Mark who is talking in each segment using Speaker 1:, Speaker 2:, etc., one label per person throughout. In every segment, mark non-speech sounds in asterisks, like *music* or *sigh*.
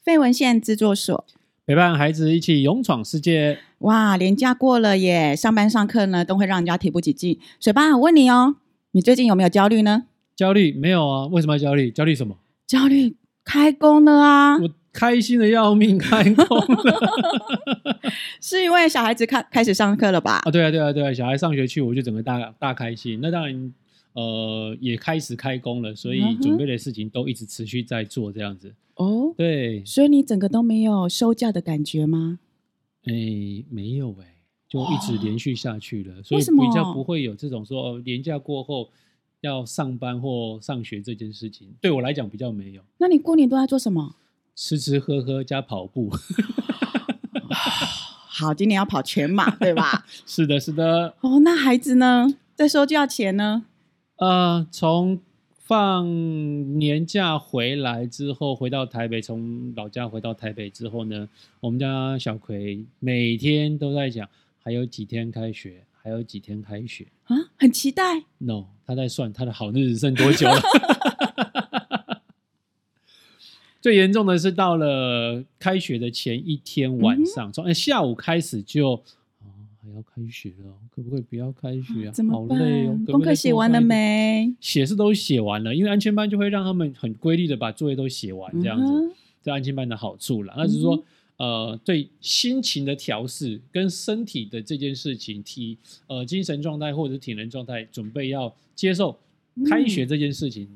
Speaker 1: 费文献制作所，
Speaker 2: 陪伴孩子一起勇闯世界。
Speaker 1: 哇，年假过了耶，上班上课呢都会让人家提不起劲。水爸，我问你哦，你最近有没有焦虑呢？
Speaker 2: 焦虑没有啊？为什么要焦虑？焦虑什么？
Speaker 1: 焦虑，开工了啊！
Speaker 2: 我开心的要命，开工
Speaker 1: *laughs*
Speaker 2: 了
Speaker 1: 是因为小孩子开开始上课了吧？
Speaker 2: 啊！对啊，对啊，对啊！小孩上学去，我就整个大大开心。那当然，呃，也开始开工了，所以
Speaker 1: 嗯哼
Speaker 2: 准备的事情都一直持续在做，这样子。
Speaker 1: 哦，
Speaker 2: 对，
Speaker 1: 所以你整个都没有休假的感觉吗？
Speaker 2: 哎，没有哎、就一直连续下去
Speaker 1: *gasps*
Speaker 2: 了，所以
Speaker 1: 为什么
Speaker 2: 比较不会有这种说哦，年假过后要上班或上学这件事情，对我来讲比较没有。
Speaker 1: 那你过年都在做什么？
Speaker 2: 吃吃喝喝加跑步， *laughs*
Speaker 1: 好，今年要跑全马，对吧？
Speaker 2: 是的，是的。
Speaker 1: *laughs* 哦，那孩子呢？在休假前呢？
Speaker 2: 呃，从放年假回来之后，回到台北，从老家回到台北之后呢，我们家小葵每天都在讲，还有几天开学，还有几天开学。
Speaker 1: 啊，很期待。
Speaker 2: No，他在算他的好日子剩多久了。 *laughs* 最严重的是到了开学的前一天晚
Speaker 1: 嗯
Speaker 2: 上，从、呃下午开始就啊、还要开学了哦，可不可以不要开学啊？
Speaker 1: 怎么
Speaker 2: 好
Speaker 1: 办？
Speaker 2: 累哦，可不可以再
Speaker 1: 功课写
Speaker 2: 多
Speaker 1: 完了
Speaker 2: 放一点？
Speaker 1: 没？
Speaker 2: 写是都写完了，因为安全班就会让他们很规律的把作业都写完，这样子。
Speaker 1: 嗯哼
Speaker 2: 这安亲班的好处啦。那就是
Speaker 1: 嗯
Speaker 2: 说，呃，对心情的调试跟身体的这件事情，体呃精神状态或者是体能状态，准备要接受
Speaker 1: 嗯
Speaker 2: 开学这件事情，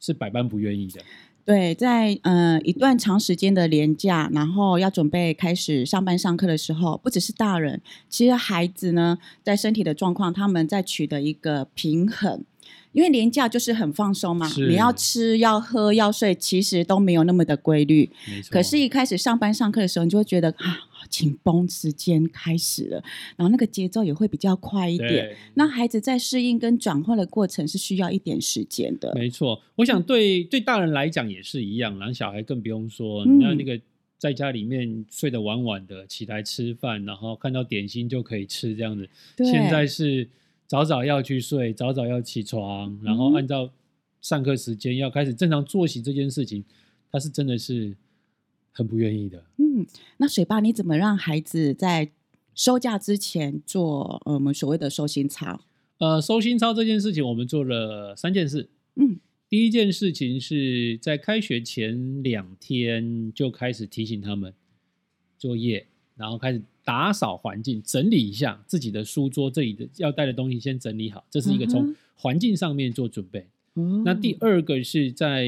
Speaker 2: 是百般不愿意的。
Speaker 1: 对，在呃一段长时间的连假，然后要准备开始上班上课的时候，不只是大人，其实孩子呢，在身体的状况，他们在取得一个平衡。因为连假就是很放松嘛，
Speaker 2: 是
Speaker 1: 你要吃、要喝、要睡，其实都没有那么的规律。
Speaker 2: 没错。
Speaker 1: 可是，一开始上班上课的时候，你就会觉得啊，紧绷时间开始了，然后那个节奏也会比较快一点。
Speaker 2: 对，
Speaker 1: 那孩子在适应跟转换的过程是需要一点时间的。
Speaker 2: 没错。我想对对大人来讲也是一样，然后小孩更不用说，
Speaker 1: 嗯
Speaker 2: 那那个。在家里面睡得晚晚的，起来吃饭，然后看到点心就可以吃，这样子
Speaker 1: 对
Speaker 2: 现在是早早要去睡，早早要起床，然
Speaker 1: 嗯
Speaker 2: 后按照上课时间要开始正常作息这件事情，他是真的是很不愿意的。
Speaker 1: 嗯，那水爸，你怎么让孩子在收假之前做呃我们所谓的收心操？
Speaker 2: 呃，收心操这件事情，我们做了三件事。
Speaker 1: 嗯，
Speaker 2: 第一件事情是在开学前两天就开始提醒他们作业，然后开始打扫环境，整理一下自己的书桌，这里的要带的东西先整理好，这是一个
Speaker 1: 嗯
Speaker 2: 从
Speaker 1: 哼
Speaker 2: 环境上面做准备。
Speaker 1: 哦
Speaker 2: 那第二个是在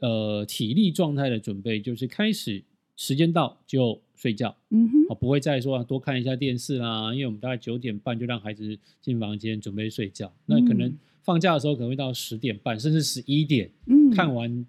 Speaker 2: 呃体力状态的准备，就是开始时间到就睡觉，
Speaker 1: 嗯
Speaker 2: 哦，
Speaker 1: 哼，
Speaker 2: 不会再说、啊、多看一下电视啦，因为我们大概九点半就让孩子进房间准备睡觉，那可能
Speaker 1: 嗯
Speaker 2: 放假的时候可能会到十点半甚至十一点、
Speaker 1: 嗯，
Speaker 2: 看完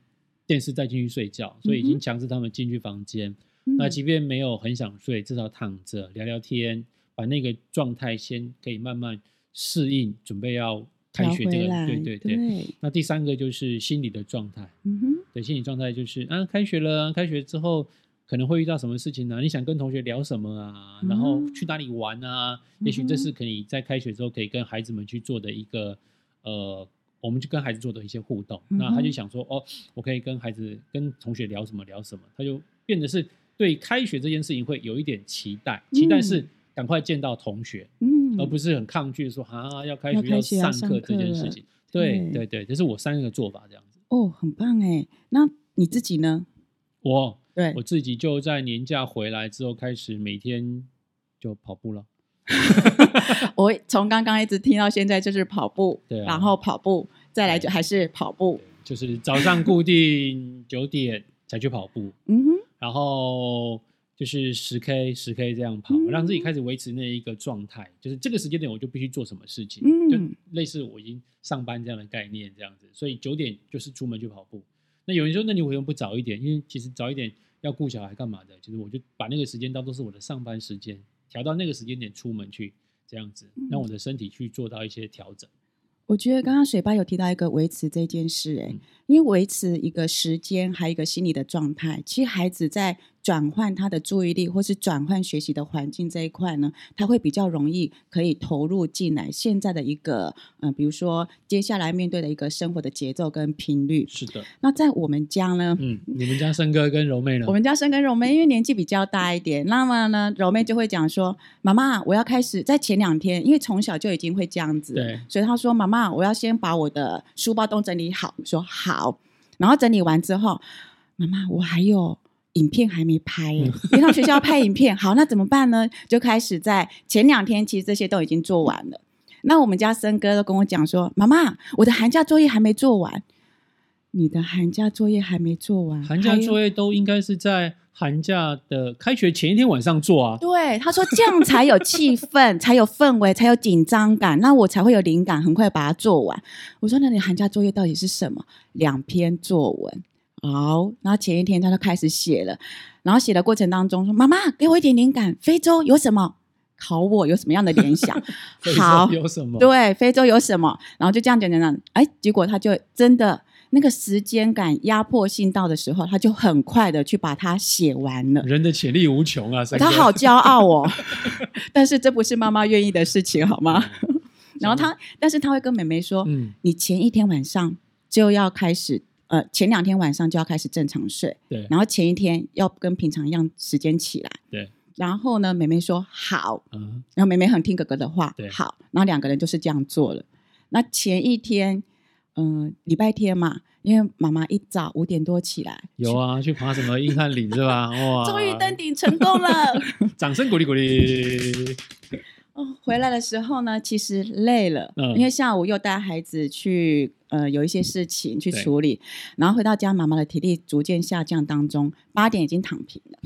Speaker 2: 电视再进去睡觉，所以已
Speaker 1: 嗯哼
Speaker 2: 经强制他们进去房间。那
Speaker 1: 嗯
Speaker 2: 即便没有很想睡，至少躺着聊聊天，把那个状态先可以慢慢适应，准备要开
Speaker 1: 调
Speaker 2: 学这
Speaker 1: 回
Speaker 2: 个，
Speaker 1: 来，
Speaker 2: 对对对。那第三个就是心理的状态，
Speaker 1: 嗯哼，
Speaker 2: 对，心理状态就是啊，开学了，开学之后可能会遇到什么事情呢、啊你想跟同学聊什么啊？然后
Speaker 1: 嗯
Speaker 2: 去哪里玩啊？也许这是可以在开学之后可以跟孩子们去做的一个呃，我们去跟孩子做的一些互动。那他
Speaker 1: 嗯
Speaker 2: 就
Speaker 1: 哼
Speaker 2: 想说，哦，我可以跟孩子跟同学聊什么聊什么，他就变得是对开学这件事情会有一点期待，期待是
Speaker 1: 嗯
Speaker 2: 赶快见到同学，
Speaker 1: 嗯，
Speaker 2: 而不是很抗拒说啊要开
Speaker 1: 要
Speaker 2: 学
Speaker 1: 开
Speaker 2: 要
Speaker 1: 学要上
Speaker 2: 课这
Speaker 1: 课
Speaker 2: 件
Speaker 1: 了
Speaker 2: 事情。对
Speaker 1: 对
Speaker 2: 对对，这是我三个做法这样子。
Speaker 1: 哦，很棒哎。那你自己呢？
Speaker 2: 我
Speaker 1: 对
Speaker 2: 我，自己就在年假回来之后开始每天就跑步了。
Speaker 1: 我从刚刚一直听到现在就是跑步，
Speaker 2: 对啊
Speaker 1: 然后跑步，再来就还是跑步。
Speaker 2: 就是早上固定九点才去跑步，
Speaker 1: 嗯哼，
Speaker 2: 然后就是十 K 十 K 这样跑，
Speaker 1: 嗯
Speaker 2: 让自己开始维持那一个状态。就是这个时间点我就必须做什么事情，
Speaker 1: 嗯
Speaker 2: 就类似我已经上班这样的概念这样子。所以九点就是出门去跑步。那有人说，那你为什么不早一点？因为其实早一点要顾小孩干嘛的？就是我就把那个时间当做是我的上班时间，调到那个时间点出门去。这样子
Speaker 1: 嗯，
Speaker 2: 让我的身体去做到一些调整。
Speaker 1: 我觉得刚刚水爸有提到一个维持这件事、欸，
Speaker 2: 嗯
Speaker 1: 因为维持一个时间，还有一个心理的状态，其实孩子在转换他的注意力，或是转换学习的环境这一块呢，他会比较容易可以投入进来现在的一个，嗯、比如说接下来面对的一个生活的节奏跟频率。
Speaker 2: 是
Speaker 1: *laughs*
Speaker 2: 的，
Speaker 1: 那在我们家呢，
Speaker 2: 嗯，你们家森哥跟柔妹呢
Speaker 1: 我？们家生跟柔妹，因为年纪比较大一点，那么呢，柔妹就会讲说：“妈妈，我要开始。”在前两天，因为从小就已经会这样子，
Speaker 2: 对，
Speaker 1: 所以她说：“妈妈，我要先把我的书包都整理好。”我说：“好。”然后整理完之后，妈妈，我还有影片还没拍耶，
Speaker 2: 嗯
Speaker 1: 因为他们学校要拍影片。好，那怎么办呢？就开始在前两天，其实这些都已经做完了。那我们家森哥都跟我讲说：“妈妈，我的寒假作业还没做完。”你的寒假作业还没做完，
Speaker 2: 寒假
Speaker 1: 还有
Speaker 2: 作业都应该是在寒假的开学前一天晚上做啊。
Speaker 1: 对，他说这样才有气
Speaker 2: *laughs*
Speaker 1: 氛，才有氛围，才有紧张感，那我才会有灵感，很快把它做完。我说那你寒假作业到底是什么？两篇作文。好，然后前一天他就开始写了，然后写的过程当中说：“妈妈，给我一点灵感，非洲有什么？考我有什么样的联想？”
Speaker 2: *laughs* 所以
Speaker 1: 好
Speaker 2: 说，有什么？
Speaker 1: 对，非洲有什么？然后就这样讲讲讲，哎，结果他就真的那个时间感压迫性到的时候，他就很快的去把它写完了。
Speaker 2: 人的潜力无穷啊，森哥
Speaker 1: 他好骄傲
Speaker 2: *laughs*
Speaker 1: 哦，但是这不是妈妈愿意的事情，好吗？ *laughs* 然后他，但是他会跟妹妹说，
Speaker 2: 嗯，
Speaker 1: 你前一天晚上就要开始，呃，前两天晚上就要开始正常睡，
Speaker 2: 对
Speaker 1: 然后前一天要跟平常一样时间起来，
Speaker 2: 对。
Speaker 1: 然后呢，妹妹说好，
Speaker 2: 嗯，
Speaker 1: 然后妹妹很听哥哥的话
Speaker 2: 对，
Speaker 1: 好，然后两个人就是这样做了。那前一天，嗯、礼拜天嘛，因为妈妈一早五点多起来，
Speaker 2: 有啊，去爬什么硬汉岭是吧？哇，
Speaker 1: *laughs* 终于登顶成功了。
Speaker 2: 掌声鼓励鼓励。
Speaker 1: 哦，回来的时候呢，其实累了，
Speaker 2: 嗯
Speaker 1: 因为下午又带孩子去呃有一些事情去
Speaker 2: 对
Speaker 1: 处理，然后回到家，妈妈的体力逐渐下降当中，八点已经躺平了，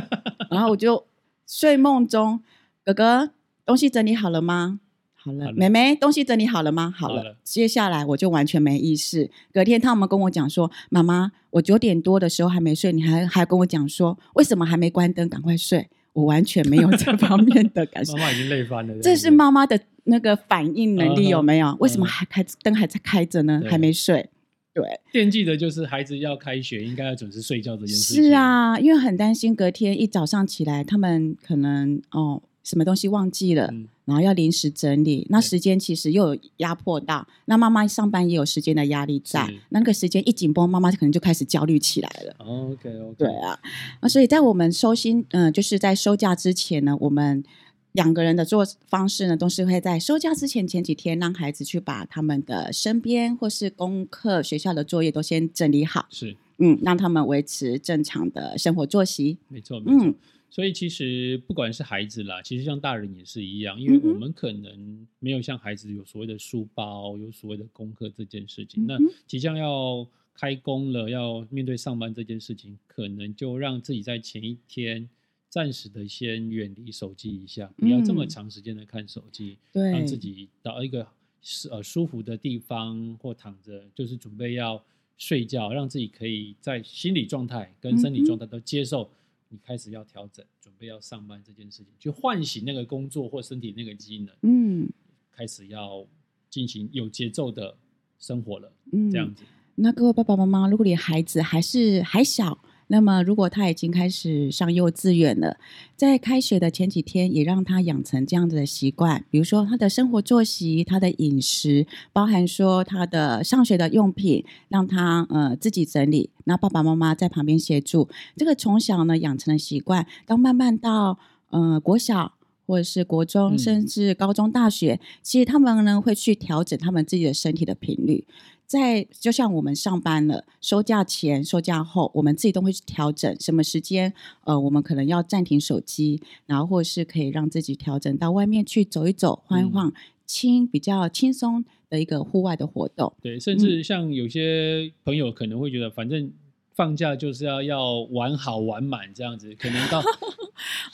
Speaker 2: *laughs*
Speaker 1: 然后我就睡梦中，哥哥东西整理好了吗？好
Speaker 2: 好
Speaker 1: 了，
Speaker 2: 了
Speaker 1: 妹妹东西整理好了吗？好
Speaker 2: 好
Speaker 1: 了，
Speaker 2: 了
Speaker 1: 接下来我就完全没意识。隔天他们跟我讲说，妈妈，我九点多的时候还没睡，你还还跟我讲说，为什么还没关灯，赶快睡。我完全没有这方面的感受
Speaker 2: 妈，妈已经累翻了，
Speaker 1: 这是
Speaker 2: 样子？
Speaker 1: 妈妈的那个反应能力有没有？为什么
Speaker 2: 嗯
Speaker 1: 还开灯还在开着呢？
Speaker 2: 对
Speaker 1: 还没睡？对，
Speaker 2: 惦记的就是孩子要开学，应该要准时睡觉这件事情。
Speaker 1: 是，啊，因为很担心隔天一早上起来，他们可能哦什么东西忘记了，
Speaker 2: 嗯，
Speaker 1: 然后要临时整理，那
Speaker 2: 对
Speaker 1: 时间其实又有压迫到，那妈妈上班也有时间的压力在
Speaker 2: 是，
Speaker 1: 那那个时间一紧绷，妈妈可能就开始焦虑起来了。
Speaker 2: OK OK，
Speaker 1: 对啊，那所以在我们收心，嗯、就是在收假之前呢，我们两个人的做方式呢，都是会在收假之前前几天，让孩子去把他们的身边或是功课、学校的作业都先整理好，
Speaker 2: 是
Speaker 1: 嗯，让他们维持正常的生活作息。
Speaker 2: 没错没错。
Speaker 1: 嗯，
Speaker 2: 所以其实不管是孩子啦，其实像大人也是一样，因为
Speaker 1: 嗯哼
Speaker 2: 我们可能没有像孩子有所谓的书包，有所谓的功课这件事情。那
Speaker 1: 嗯哼
Speaker 2: 即将要开工了，要面对上班这件事情，可能就让自己在前一天暂时的先远离手机一下，不要这么
Speaker 1: 嗯
Speaker 2: 长时间的看手机，让
Speaker 1: 对，
Speaker 2: 自己到一个是呃舒服的地方或躺着，就是准备要睡觉，让自己可以在心理状态
Speaker 1: 嗯
Speaker 2: 跟生理状态都接受，你开始要调整，准备要上班这件事情，去唤醒那个工作或身体那个机能，
Speaker 1: 嗯
Speaker 2: 开始要进行有节奏的生活了，
Speaker 1: 嗯，
Speaker 2: 这样子。
Speaker 1: 那各位爸爸妈妈，如果你的孩子还是还小，那么如果他已经开始上幼稚园了，在开学的前几天，也让他养成这样子的习惯，比如说他的生活作息、他的饮食，包含说他的上学的用品，让他呃自己整理，那爸爸妈妈在旁边协助。这个从小呢养成的习惯，到慢慢到呃国小。或者是国中，
Speaker 2: 嗯
Speaker 1: 甚至高中、大学，其实他们呢会去调整他们自己的身体的频率。在就像我们上班了，收假前、收假后，我们自己都会去调整什么时间，呃，我们可能要暂停手机，然后或者是可以让自己调整到外面去走一走、
Speaker 2: 嗯
Speaker 1: 晃一晃，轻比较轻松的一个户外的活动。
Speaker 2: 对，甚至像有些朋友可能会觉得，反正放假就是要要玩好玩满这样子，可能
Speaker 1: *laughs*
Speaker 2: 到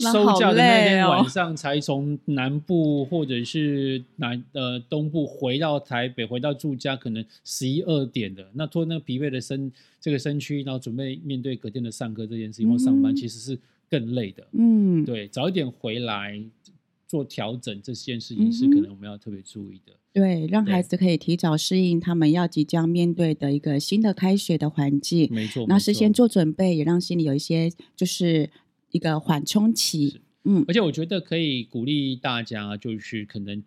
Speaker 1: 那
Speaker 2: 收假的那天
Speaker 1: 好累哦
Speaker 2: 晚上才从南部或者是南呃东部回到台北，回到住家可能十一二点的，那拖那个疲惫的身这个身躯，然后准备面对隔天的上课这件事情或上班，
Speaker 1: 嗯
Speaker 2: 其实是更累的。
Speaker 1: 嗯，
Speaker 2: 对，早一点回来，做调整这件事情是
Speaker 1: 嗯
Speaker 2: 可能我们要特别注意的。
Speaker 1: 对，让
Speaker 2: 对
Speaker 1: 孩子可以提早适应他们要即将面对的一个新的开学的环境，
Speaker 2: 没错，
Speaker 1: 然后
Speaker 2: 没
Speaker 1: 事
Speaker 2: 错
Speaker 1: 先做准备，也让心里有一些就是一个缓冲期。嗯，
Speaker 2: 而且我觉得可以鼓励大家，就是可能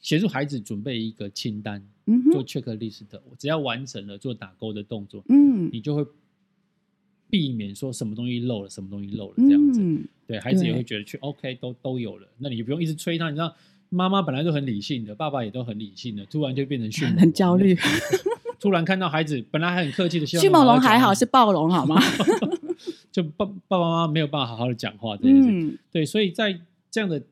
Speaker 2: 协助孩子准备一个清单，
Speaker 1: 嗯
Speaker 2: 做
Speaker 1: 哼，
Speaker 2: checklist 的，只要完成了做打勾的动作，
Speaker 1: 嗯
Speaker 2: 你就会避免说什么东西漏了，什么东西漏了这样子。
Speaker 1: 嗯，
Speaker 2: 对孩子也
Speaker 1: 对
Speaker 2: 会觉得去 OK 都都有了，那你就不用一直催他。你知道，妈妈本来都很理性的，爸爸也都很理性的，突然就变成迅猛
Speaker 1: 很焦虑。
Speaker 2: *laughs* 突然看到孩子本来还很客气的，
Speaker 1: 迅猛龙还好是暴龙好吗？
Speaker 2: *laughs* 就爸爸爸妈妈没有办法好好的讲话这件事情。
Speaker 1: 嗯，
Speaker 2: 对，所以在这样的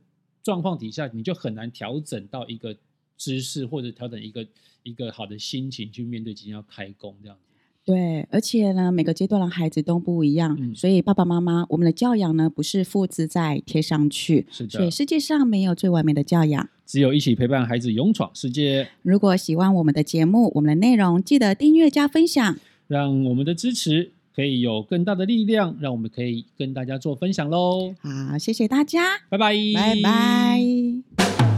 Speaker 2: 状况底下，你就很难调整到一个姿势，或者调整一个一个好的心情去面对即将要开工这样子。
Speaker 1: 对，而且呢，每个阶段的孩子都不一样，
Speaker 2: 嗯
Speaker 1: 所以爸爸妈妈我们的教养呢，不是复制再贴上去，
Speaker 2: 是
Speaker 1: 所
Speaker 2: 的
Speaker 1: 以，世界上没有最完美的教养。
Speaker 2: 只有一起陪伴孩子勇闯世界，
Speaker 1: 如果喜欢我们的节目，我们的内容，记得订阅加分享。
Speaker 2: 让我们的支持可以有更大的力量，让我们可以跟大家做分享喽。
Speaker 1: 好，谢谢大家，
Speaker 2: 拜拜，
Speaker 1: 拜拜。